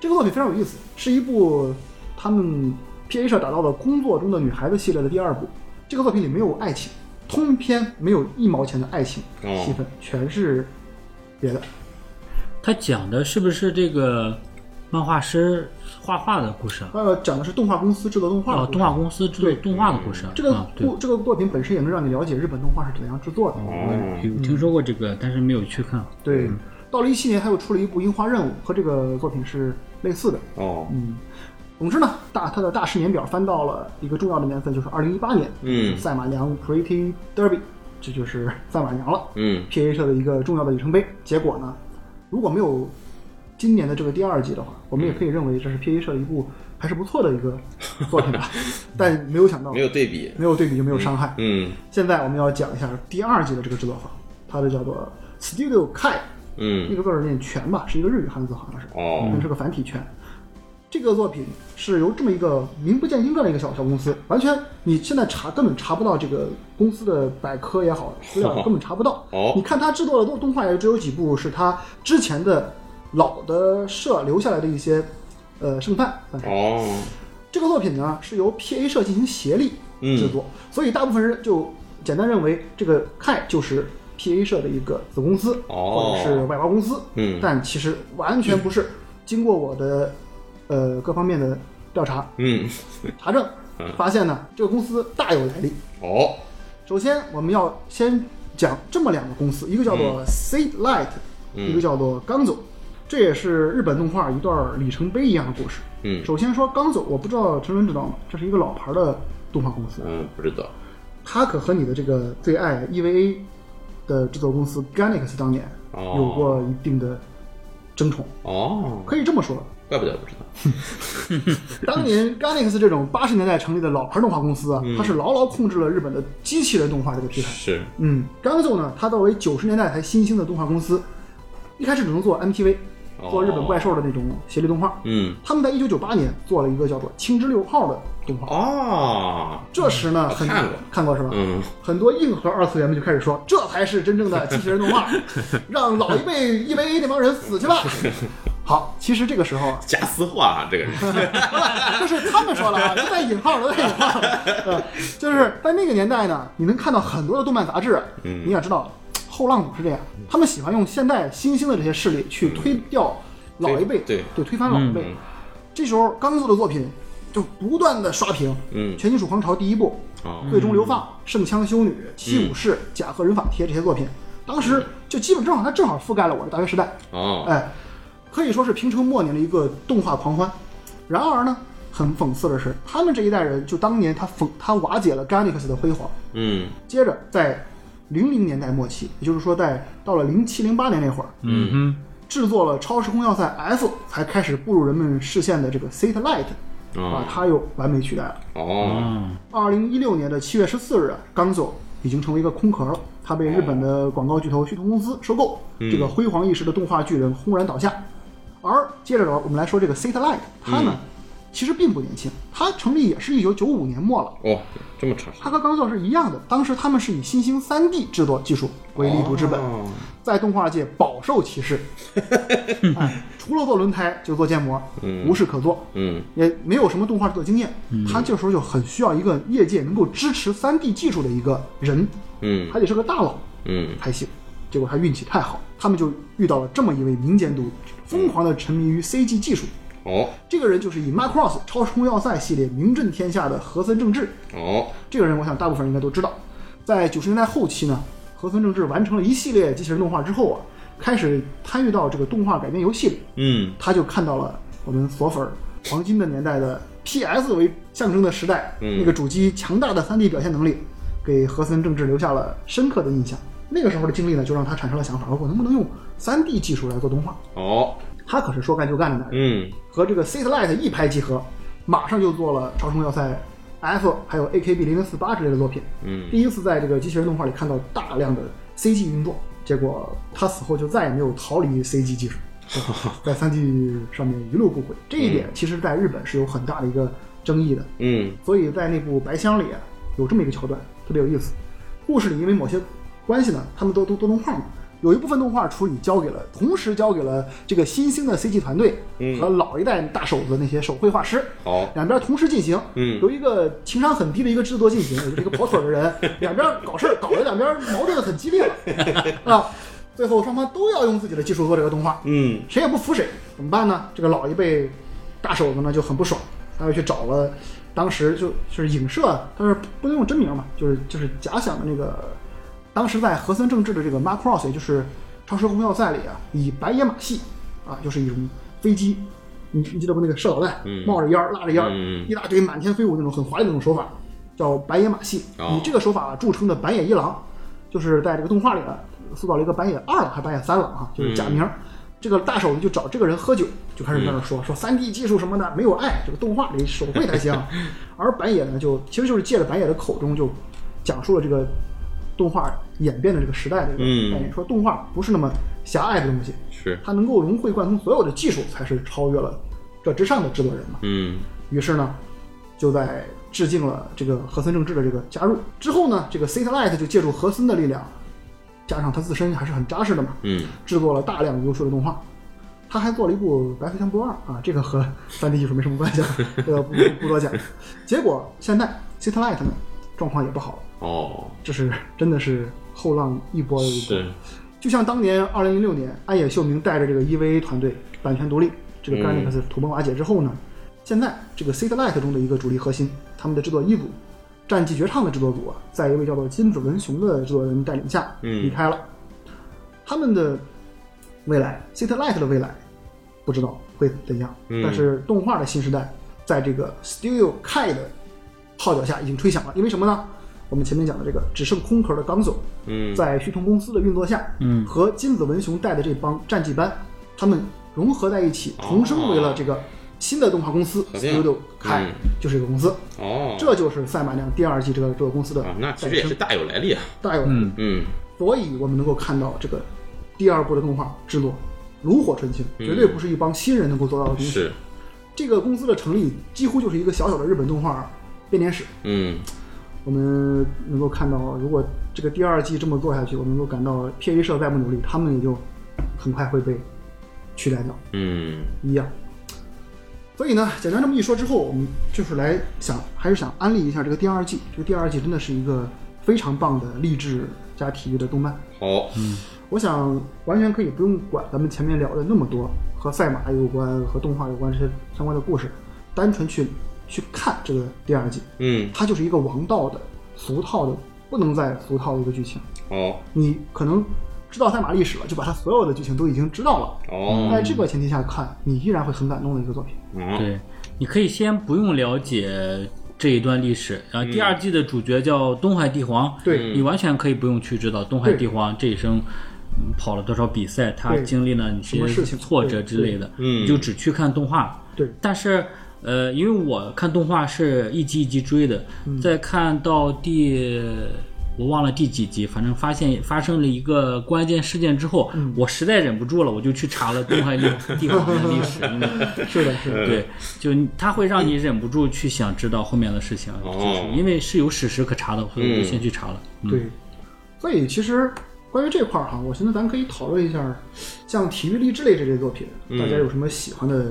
A: 这个作品非常有意思，是一部他们 PA 社打造的工作中的女孩子系列的第二部。这个作品里没有爱情，通篇没有一毛钱的爱情
B: 哦
A: 戏份，全是别的。
C: 他讲的是不是这个漫画师画画的故事啊？
A: 呃，讲的是动画公司制作动画的
C: 哦，
A: 故事
C: 动画公司制作
A: 对
C: 动画的故事啊。
A: 这个
C: 啊对
A: 故、，这个作品本身也能让你了解日本动画是怎样制作的。
B: 哦，
C: 有听说过这个，但是没有去看。
A: 对，到了一七年，他又出了一部《樱花任务》，和这个作品是类似的。
B: 哦，
A: 总之呢，大他的大师年表翻到了一个重要的年份，就是二零一八年，
B: 嗯
A: 赛马娘 Pretty Derby，这就是赛马娘了
B: 嗯，
A: ，PA 社的一个重要的里程碑。结果呢，如果没有今年的这个第二季的话，我们也可以认为这是 PA 社的一部还是不错的一个作品 吧。但没有想到，
B: 没有对比，
A: 没有对比就没有伤害。
B: 嗯
A: 现在我们要讲一下第二季的这个制作方，它的叫做 Studio Kai，那
B: 嗯，
A: 个字儿念全吧，是一个日语汉字，好像是。
B: 哦
A: 那是个繁体圈。这个作品是由这么一个名不见经传的一个小小公司，完全你现在查根本查不到这个公司的百科也好，资 料根本查不到。
B: 哦
A: 你看他制作的动动画也只有几部是他之前的老的社留下来的一些呃圣范，算是
B: 哦，
A: 这个作品呢是由 PA 社进行协力
B: 嗯
A: 制作，所以大部分人就简单认为这个 K 就是 PA 社的一个子公司、
B: 哦
A: 或者是外包公司，
B: 嗯
A: 但其实完全不是。经过我的呃各方面的调查
B: 嗯，
A: 查证，发现呢这个公司大有来历。
B: 哦，
A: 首先我们要先讲这么两个公司，一个叫做 Seed Light，、
B: 嗯
A: 一个叫做刚走。这也是日本动画一段里程碑一样的故事。
B: 嗯
A: 首先说刚走，我不知道陈伦知道吗？这是一个老牌的动画公司，
B: 嗯，不知道，
A: 它可和你的这个最爱 EVA 的制作公司 Ganex 当年
B: 哦
A: 有过一定的争宠，
B: 哦，
A: 可以这么说。
B: 怪不得不知道，
A: 当 年 Ganex 这种八十年代成立的老牌动画公司啊，
B: 嗯
A: 它是牢牢控制了日本的机器人动画这个题材。
B: 是，
A: 嗯，刚走呢，它作为九十年代才新兴的动画公司，一开始只能做 MTV，
B: 哦
A: 做日本怪兽的那种协力动画。
B: 嗯，
A: 他们在一九九八年做了一个叫做《青之六号》的动画。
B: 哦，
A: 这时呢，
B: 我
A: 很
B: 看过
A: 看过是吧？
B: 嗯，
A: 很多硬核二次元们就开始说， 这才是真正 的机器人动画，让老一辈 EVA 那帮人死去吧。 好，其实这个时候啊，
B: 假私话啊，这个人，
A: 这是他们说了啊，都带引号的，都带引号 的。呃，就是在那个年代呢，你能看到很多的动漫杂志。啊
B: 嗯
A: 你也知道，后浪组是这样，他们喜欢用现代新兴的这些势力去推掉老一辈，
B: 对对
A: 推翻老一辈。
B: 嗯
A: 这时候刚做的作品就不断的刷屏，
B: 嗯，
A: 全金属狂潮》第一部，
B: 哦
A: 《贵中流放》《圣枪修女》《七武士》《甲贺忍法帖》这些作品，当时就基本正好，它正好覆盖了我的大学时代，
B: 哦，
A: 哎，可以说是平成末年的一个动画狂欢。然而呢，很讽刺的是，他们这一代人就当年他讽他瓦解了 Ganix 的辉煌，
B: 嗯
A: 接着在零零年代末期，也就是说在到了零七零八年那会儿，
C: 嗯哼，
A: 制作了《超时空要塞 F》，才开始步入人们视线的这个 Satellite，把
B: 哦
A: 它又完美取代了。
B: 哦，
C: 嗯，
A: 二零一六年的七月十四日啊，刚走已经成为一个空壳了。它被日本的广告巨头旭东公司收购，这个辉煌一时的动画巨人轰然倒下。而接着我们来说这个 Satellite，它
B: 嗯
A: 呢、其实并不年轻，它成立也是一九九五年末了。
B: 哦，这么长时
A: 它
B: 间，
A: 和刚造是一样的，当时他们是以新兴 3D 制作技术为立足之本，
B: 哦
A: 在动画界饱受歧 视、哎除了做轮胎就做建模，
B: 嗯
A: 无事可做。
B: 嗯
A: 也没有什么动画制作经验，他这时候就很需要一个业界能够支持 3D 技术的一个人，
B: 嗯
A: 还得是个大佬
B: 嗯
A: 才行。结果他运气太好，他们就遇到了这么一位民间读，疯狂的沉迷于 CG 技术。
B: 哦
A: 这个人就是以 Macross 超时空要塞系列名震天下的和森正治。
B: 哦
A: 这个人，我想大部分人应该都知道。在九十年代后期呢，和森正治完成了一系列机器人动画之后啊，开始参与到这个动画改编游戏里。
B: 嗯
A: 他就看到了我们索粉儿黄金的年代的 PS 为象征的时代，
B: 嗯
A: 那个主机强大的 3D 表现能力，给和森正治留下了深刻的印象。那个时候的经历呢，就让他产生了想法：我能不能用 3D 技术来做动画？
B: 哦
A: 他可是说干就干的男人，
B: 嗯
A: 和这个 Satellite 一拍即合，马上就做了《超时空要塞 F》还有 AKB 零零四八之类的作品。
B: 嗯
A: 第一次在这个机器人动画里看到大量的 CG 运作，结果他死后就再也没有逃离 CG 技术，在 3D 上面一路不轨。这一点其实在日本是有很大的一个争议的，
B: 嗯
A: 所以在那部《白箱》里啊，有这么一个桥段，特别有意思。故事里因为某些关系呢，他们都都都动画嘛，有一部分动画处理交给了，同时交给了这个新兴的 CG 团队和老一代大手子那些手绘画师。
B: 好
A: 两边同时进行，
B: 哦嗯
A: 由一个情商很低的一个制作进行， 也就是一个跑腿的人，两边搞事儿，搞得两边矛盾很激烈了啊，最后双方都要用自己的技术做这个动画，
B: 嗯
A: 谁也不服谁，怎么办呢？这个老一辈大手子呢就很不爽，他就去找了当时就就是影射，但是不能用真名嘛，就是就是假想的那个当时在和森正治的这个 Macross，也就是《超时空要塞》里啊，以白野马戏啊，就是一种飞机。你你记得不？那个射导弹，
B: 嗯
A: 冒着烟儿，拉着烟儿，
B: 嗯
A: 一大堆满天飞舞那种很华丽的那种手法，叫白野马戏。
B: 哦
A: 以这个手法著称的板野一郎，就是在这个动画里啊，塑造了一个板野二郎还是板野三郎啊，就是假名。
B: 嗯
A: 这个大手呢就找这个人喝酒，就开始在那儿说、说三 D 技术什么的没有爱，这个动画得手绘才 行。而板野呢，就其实就是借着板野的口中就讲述了这个动画演变的这个时代的这个概念，说动画不是那么狭隘的东西，
B: 嗯是
A: 它能够融会贯通所有的技术，才是超越了这之上的制作人嘛。
B: 嗯
A: 于是呢，就在致敬了这个和森正治的这个加入之后呢，这个 Satellite 就借助和森的力量，加上他自身还是很扎实的嘛，
B: 嗯
A: 制作了大量优秀的动画。他还做了一部《白飞翔部二》啊，这个和三 D 技术没什么关系了，啊这个不不多讲。 结果现在 Citylight 呢，状况也不好，
B: 哦，
A: 这是真的是后浪一波又一波。
B: 是，
A: 就像当年二零零六年，安野秀明带着这个 EVA 团队版权独立，这
B: 嗯
A: 个 g r a n i x 土崩瓦解之后呢，现在这个 Satellite 中的一个主力核心，他们的制作一组《战绩绝唱》的制作组啊，在一位叫做金子文雄的制作人带领下
B: 嗯
A: 离开了。他们的未来，Satellite 的未来，不知道会怎样，
B: 嗯
A: 但是动画的新时代，在这个 Studio K 的号角下已经吹响了。因为什么呢？我们前面讲的这个只剩空壳的钢索，
B: 嗯，
A: 在旭通公司的运作下，
C: 嗯
A: 和金子文雄带的这帮战绩班，他们融合在一起，重生为了这个新的动画公司
B: 合并
A: Studio Kai，、
B: 哦嗯
A: 就是一个公司。
B: 哦，
A: 这就是赛马娘第二季这个这个公司的
B: 啊，那其
A: 诞
B: 实也是
A: 生
B: 大有来历啊，
A: 大有，
C: 嗯，
B: 嗯，
A: 所以我们能够看到这个第二部的动画制作炉火纯青，绝对不是一帮新人能够做到的东西。
B: 嗯是，
A: 这个公司的成立几乎就是一个小小的日本动画编年史。
B: 嗯，
A: 我们能够看到，如果这个第二季这么做下去，我们能够感到 PA 社再不努力，他们也就很快会被取代掉
B: 嗯，
A: 一样。所以呢，简单这么一说之后，我们就是来想，还是想安利一下这个第二季。这个第二季真的是一个非常棒的励志加体育的动漫。
B: 好，
A: 我想完全可以不用管咱们前面聊的那么多和赛马有关、和动画有关这些相关的故事，单纯去去看这个第二季。
B: 嗯，
A: 它就是一个王道的、俗套的、不能再俗套的一个剧情。
B: 好，
A: 你可能知道赛马历史了，就把它所有的剧情都已经知道了。
B: 哦，
A: 在这个前提下看，你依然会很感动的一个作品。
B: 嗯，
C: 对，你可以先不用了解这一段历史，然后第二季的主角叫东海帝皇，
A: 对
C: 你完全可以不用去知道东海帝皇这一生。嗯跑了多少比赛？他
A: 对
C: 经历了哪
A: 什么
C: 些
A: 事情
C: 挫折之类的？
B: 嗯
C: 你就只去看动画。
A: 对，
C: 但是，呃，因为我看动画是一集一集追的，
A: 嗯
C: 在看到第我忘了第几集，反正发现发生了一个关键事件之后，
A: 嗯
C: 我实在忍不住了，我就去查了东海帝 帝皇的历史。嗯因为
A: 是的，是的，
C: 对，就你它会让你忍不住去想知道后面的事情，
B: 哦
C: 就是因为是有史实可查的，所以我就先去查了。
A: 对。所以其实关于这块儿哈，我觉得咱可以讨论一下，像体育励志类这类作品，大家有什么喜欢的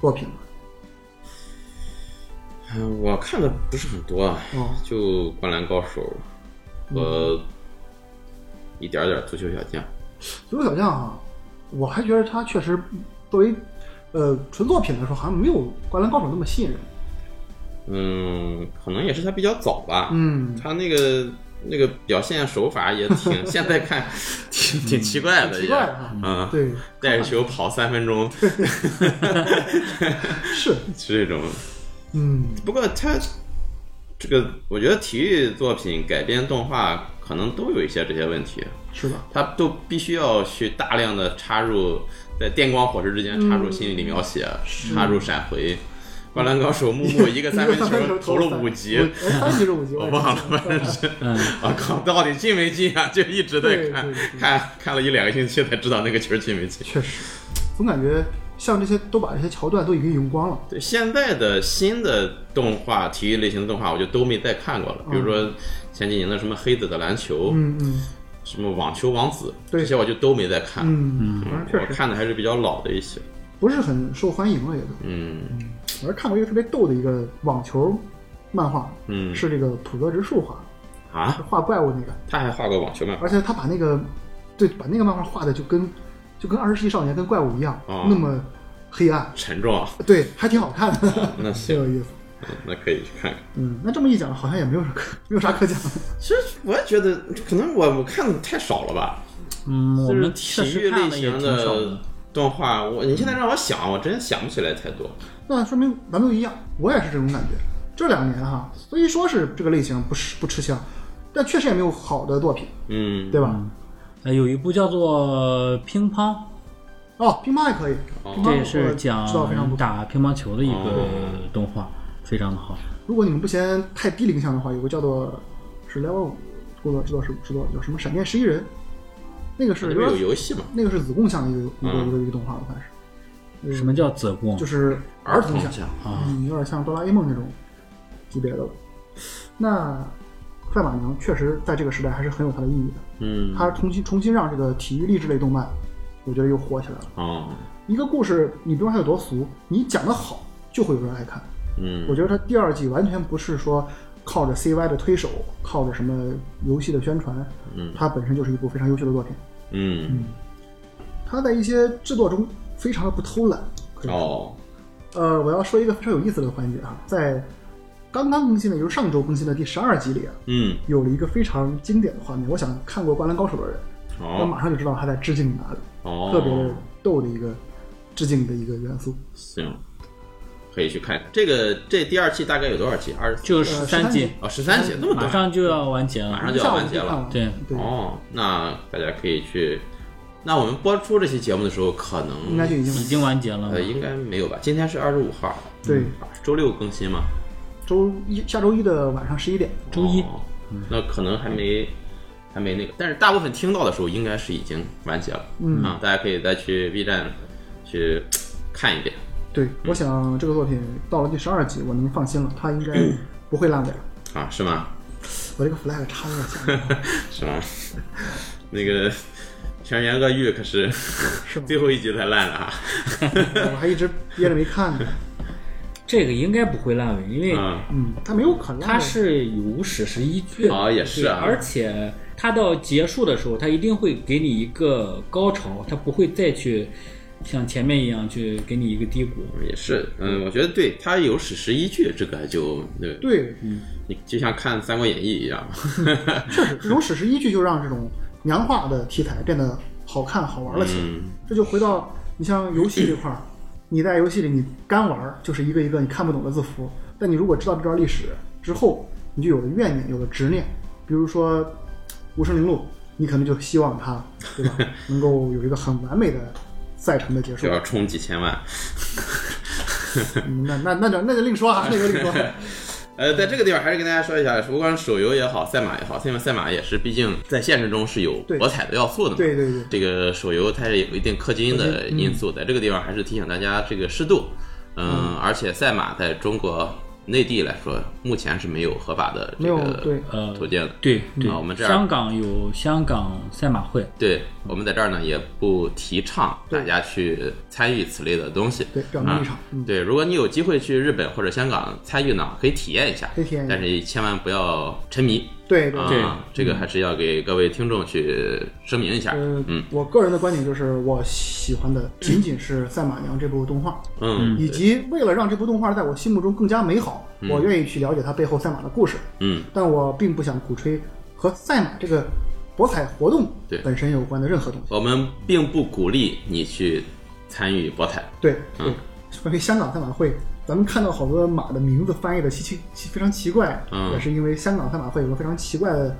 A: 作品吗？
B: 嗯我看的不是很多啊，
A: 哦，
B: 就《灌篮高手》和一点儿点儿《足球小将》，
A: 足球小将哈，我还觉得它确实作为呃纯作品来说，好像没有《灌篮高手》那么吸引人。
B: 嗯，可能也是他比较早吧，
A: 嗯，
B: 他那个那个表现手法也 挺，现在看挺挺奇怪的，
A: 奇
B: 也
A: 怪哈、
B: 嗯，
A: 对，
B: 带着球跑三分钟
A: 是，
B: 是这种。
A: 嗯，
B: 不过他这个，我觉得体育作品改编动画可能都有一些这些问题，
A: 是的，
B: 他都必须要去大量的插入在电光火石之间插入心理描写，插入闪回。灌篮高手木木一个三 分球 投了五级，
A: 哎三 级是五级，
B: 我
A: 也
B: 忘了，
A: 记
B: 反正是
C: 嗯，
B: 我靠，到底进没进啊？ 就一直在
A: 对
B: 看
A: 对对
B: 看看了一两个星期才知道那个球进没进。
A: 确实，总感觉像这些都把这些桥段都已经用光了。
B: 对现在的新的动画体育类型的动画，我就都没再看过了。比如说前几年的什么《黑子的篮球》
A: 嗯嗯
B: 什么《网球王子》，
A: 对
B: 这些我就都没再看。
A: 嗯，反正
B: 我
A: 确实
B: 看的还是比较老的一些。
A: 不是很受欢迎了，也都。
B: 嗯
A: 我还看过一个特别逗的一个网球漫画，
B: 嗯
A: 是这个浦泽直树画，
B: 啊
A: 是，画怪物那个，
B: 他还画过网球漫画。
A: 而且他把那个对把那个漫画画的就跟就跟二十世纪少年跟怪物一样，
B: 哦
A: 那么黑暗，
B: 沉重啊，
A: 对，还挺好看的，
B: 那
A: 挺
B: 行，
A: 有意思。
B: 那可以去看看。
A: 嗯，那这么一讲，好像也没有啥可没有啥可讲的。
B: 其实我也觉得，可能我我看的太少了吧。
C: 嗯，我
B: 就是
C: 们
B: 体
C: 确
B: 育
C: 实
B: 类
C: 看了也
B: 型
C: 挺少的
B: 的。动画，我你现在让我想，我真想不起来太多。
A: 那说明咱们都一样，我也是这种感觉。这两年哈、虽说是这个类型不吃不吃香，但确实也没有好的作品，
B: 嗯，
A: 对吧？
C: 呃，有一部叫做《乒乓
A: 哦，乒乓也可以，》，
B: 哦
A: 乒乓
C: 这也
A: 我
C: 是
A: 知道非常
C: 讲
A: 不错。
C: 打乒乓球的一个
B: 哦
C: 动画，非常的好。
A: 如果你们不嫌太低龄向的话，有个叫做是 Level 五制作制作是制作叫什么《闪电十一人》，那个是
B: 里面啊有游戏嘛？
A: 那个是子贡向的一个一个
B: 嗯
A: 一个一个动画，我看是，
C: 什么叫子贡
A: 就？是儿童向，
B: 向
C: 啊
A: 嗯，有点像哆啦 A 梦那种级别的了。那赛马娘确实在这个时代还是很有它的意义的。
B: 嗯，
A: 它重新重新让这个体育励志类动漫我觉得又火起来了。
B: 哦，
A: 一个故事，你不管它有多俗，你讲得好，就会有人爱看。
B: 嗯
A: 我觉得它第二季完全不是说靠着 CY 的推手，靠着什么游戏的宣传，
B: 嗯
A: 它本身就是一部非常优秀的作品。
B: 嗯，
A: 它在一些制作中非常的不偷懒。可以说
B: 哦，
A: 呃，我要说一个非常有意思的环节啊，在刚刚更新的，也就是上周更新的第十二集里啊，
B: 嗯，
A: 有了一个非常经典的画面。我想看过《灌篮高手》的人，我
B: 哦，
A: 马上就知道他在致敬哪里，
B: 哦，
A: 特别逗的一个致敬的一个元素。
B: 行，可以去看这个这第二季大概有多少集？二十
C: 就
A: 呃
C: 是
A: 13
C: 三季，
B: 哦，十三集，那么
C: 马
B: 短
C: 上就要完结
B: 马
C: 了。
B: 上就要
A: 下午
B: 完结
A: 就看
B: 了。
A: 完
C: 对
A: 对，
B: 哦，那大家可以去。那我们播出这期节目的时候，可能
A: 应该就已
C: 已
A: 经
C: 经完结了
B: 呃，应该没有吧？今天是二十五号，
A: 对
B: 周六更新嘛？
A: 周一下周一的晚上十一点。
C: 周一
B: 哦那可能还没还没那个，但是大部分听到的时候应该是已经完结了，
A: 嗯
B: 啊，大家可以再去 B 站去看一遍，
A: 对，我想这个作品到了第十二集，我能放心了，它应 该不会烂尾了。
B: 啊，是吗？
A: 我这个 flag 插的有点响，
B: 是吗？ 那个全员恶欲可是
A: 是吗
B: 最后一集才烂了啊，
A: 我还一直憋着没看呢。
C: 这个应该不会烂尾，因为
B: 嗯，
A: 嗯，它没有可烂的。
C: 它是有史实依据的。
B: 哦也是啊
C: 对而且它到结束的时候，它一定会给你一个高潮，它不会再去像前面一样去给你一个低谷。
B: 也是，嗯，我觉得对它有史实依据，这个就对，
A: 对，
B: 你就像看《三国演义》一样，
A: 确实，这种史诗依据就让这种娘化的题材变得好看好玩了起来。
B: 嗯，
A: 这就回到你像游戏这块儿，你在游戏里你干玩儿就是一个一个你看不懂的字符，但你如果知道这段历史之后，你就有了怨念，有了执念。比如说《无声零录》，你可能就希望它，对 吧，能够有一个很完美的赛程的结束
B: 就。要冲几千万。
A: 嗯那那那就那就另说啊，那就另 说。
B: 呃，在这个地方还是跟大家说一下，不管是手游也好，赛马也好，赛马赛马也是，毕竟在现实中是有
A: 对
B: 博彩的要素的嘛。
A: 对对嗯对，
B: 这个手游它也有一定氪金的因素，在这个地方还是提醒大家这个适度。嗯，而且赛马在中国内地来说，目前是没有合法的这
A: 没有对
B: 个
C: 呃，
B: 途径的。
C: 对对、
B: 啊我们这儿
C: 香港有香港赛马会，
A: 嗯
B: 对我们在这儿呢，也不提倡大家去参与此类的东西。啊
A: 对，表明立场，嗯，
B: 对，如果你有机会去日本或者香港参与呢，可以体验一下，
A: 可以体验一下
B: 但是千万不要沉迷。
A: 对对。
C: 对
B: 啊，这个还是要给各位听众去声明一下。
A: 呃
B: 嗯，
A: 我个人的观点就是，我喜欢的仅仅是《赛马娘》这部动画，
B: 嗯
A: 以及为了让这部动画在我心目中更加美好，
B: 嗯
A: 我愿意去了解它背后赛马的故事，
B: 嗯，
A: 但我并不想鼓吹和赛马这个博彩活动
B: 对
A: 本身有关的任何东西。
B: 我们并不鼓励你去参与博彩。
A: 对，
B: 嗯
A: 关于香港赛马会，咱们看到好多马的名字翻译的奇奇奇非常奇怪，
B: 嗯
A: 也是因为香港赛马会有个非常奇怪的，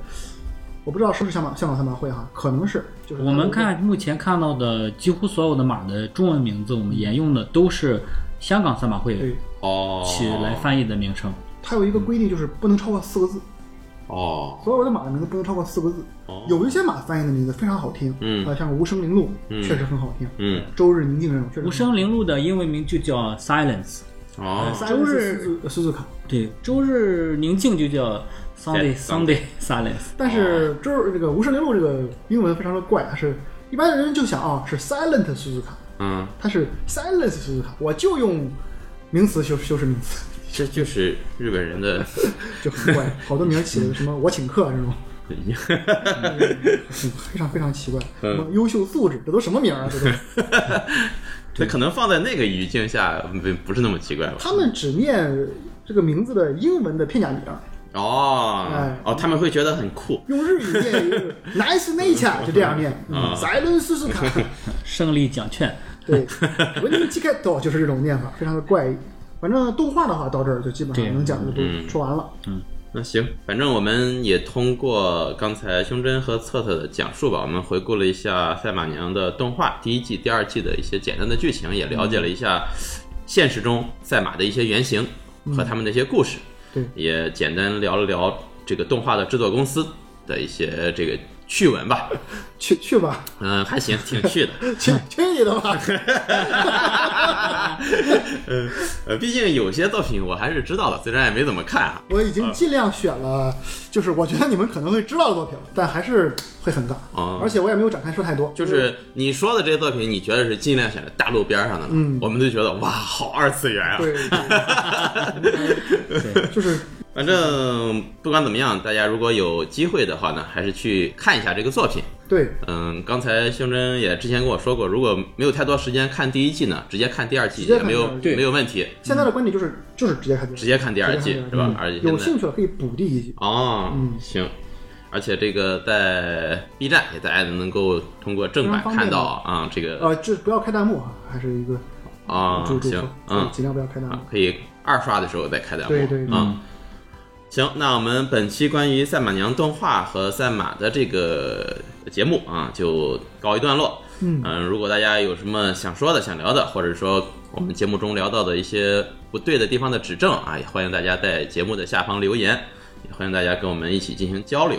A: 我不知道是不是香港香港赛马会哈，可能是就是它
C: 我们
A: 有一个
C: 看目前看到的几乎所有的马的中文名字，我们沿用的都是香港赛马会
A: 对，
B: 哦，
C: 起来翻译的名称。
A: 它有一个规定就是不能超过四个字，
B: 哦，
A: 所有的马的名字不能超过四个字。
B: 哦
A: 有一些马翻译的名字非常好听，
B: 嗯
A: 啊，像无声铃鹿，
B: 嗯
A: 确实很好听。
B: 嗯，
A: 周日宁静这种确实
C: 无声铃鹿的英文名就叫 Silence，
B: 哦，
A: 周
C: 周
A: 日呃
C: 日
A: 苏苏卡，
C: 对，周日宁静就叫 Sunday Sunday Silence，
A: 但是周日这个无声铃鹿这个英文非常的怪，它是一般人就想啊是 silent 苏苏卡，
B: 嗯，
A: 它是 silence 苏苏卡，我就用名词修修饰名词，
B: 这就是日本人的，
A: 就很 怪，好多名儿起的什么我请客这种。嗯非常非常奇怪，什
B: 嗯
A: 么优秀素质，这都什么名儿啊？这都，
B: 这可能放在那个语境下不不是那么奇怪吧？
A: 他们只念这个名字的英文的片假名儿，
B: 哦
A: 哎
B: 哦，他们会觉得很酷。
A: 用日语念一 个 nice nature 就这样念嗯
B: 啊
A: ，silent 苏苏 卡，
C: 胜利奖券。
A: 对，文明 t i c k 就是这种念法，非常的怪异。反正动画的话到这儿就基本
C: 对
A: 上能讲的都
B: 嗯
A: 说完了。
B: 那行，反正我们也通过刚才胸针和策策的讲述吧，我们回顾了一下《赛马娘》的动画第一季、第二季的一些简单的剧情，也了解了一下现实中赛马的一些原型和他们的一些故事，
A: 对
B: 也简单聊了聊这个动画的制作公司的一些这个。趣闻吧，
A: 去去 吧，
B: 嗯，还行，挺趣的。
A: 去去你的 吧！
B: 嗯，呃，毕竟有些作品我还是知道的，虽然也没怎么看啊。
A: 我已经尽量选了，就是我觉得你们可能会知道的作品了，但还是会很尬。
B: 哦
A: 而且我也没有展开说太多，
B: 就是你说的这些作品，你觉得是尽量选在大陆边儿上的呢？
A: 嗯
B: 我们就觉得哇，好二次元啊！
A: 对， 对就是
B: 反正不管怎么样，大家如果有机会的话呢，还是去看一下这个作品。
A: 对，
B: 嗯，刚才胸针也之前跟我说过，如果没有太多时间看第一季呢，直接看第二季
A: 直接
B: 也
A: 看
B: 没
A: 第
B: 有
A: 二
C: 季对
B: 没有问题，
A: 现在的观点就是就是直接看电
B: 直
A: 视，
B: 接看第二季
A: 直接看
B: 是
A: 第二
B: 吧
A: 季？
B: 而且现
A: 有
B: 在
A: 兴趣了可以补第一集。
B: 哦，
A: 嗯
B: 行。而且这个在 B 站也大家能够通过正版
A: 非常方便
B: 看
A: 的
B: 到啊、这个
A: 呃，这不要开弹幕啊，还是一个呃
B: 啊、
A: 注注
B: 行
A: 说，
B: 嗯
A: 尽量不要开弹幕
B: 啊。，可以二刷的时候再开弹幕，
A: 对对对
B: 嗯行，那我们本期关于赛马娘动画和赛马的这个节目啊，就告一段落。呃
A: 嗯
B: 如果大家有什么想说的、想聊的，或者说我们节目中聊到的一些不对的地方的指正啊，也欢迎大家在节目的下方留言，也欢迎大家跟我们一起进行交流。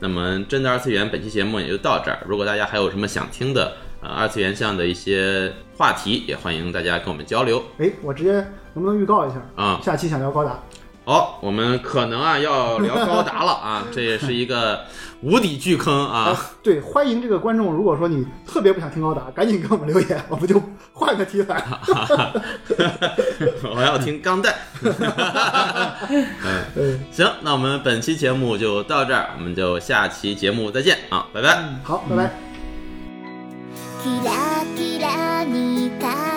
B: 那么，真的二次元本期节目也就到这儿。如果大家还有什么想听的呃二次元向的一些话题，也欢迎大家跟我们交流
A: 哎，我直接能不能预告一下？
B: 啊。
A: 下期想聊高达，
B: 好、我们可能啊要聊高达了啊，这也是一个无底巨坑 啊。
A: 呃对，欢迎这个观众，如果说你特别不想听高达，赶紧给我们留言，我们就换个题 材。
B: 我要听钢弹。
A: 嗯，
B: 行，那我们本期节目就到这儿，我们就下期节目再见啊，拜拜。
A: 好，拜拜。
D: キラキラに輝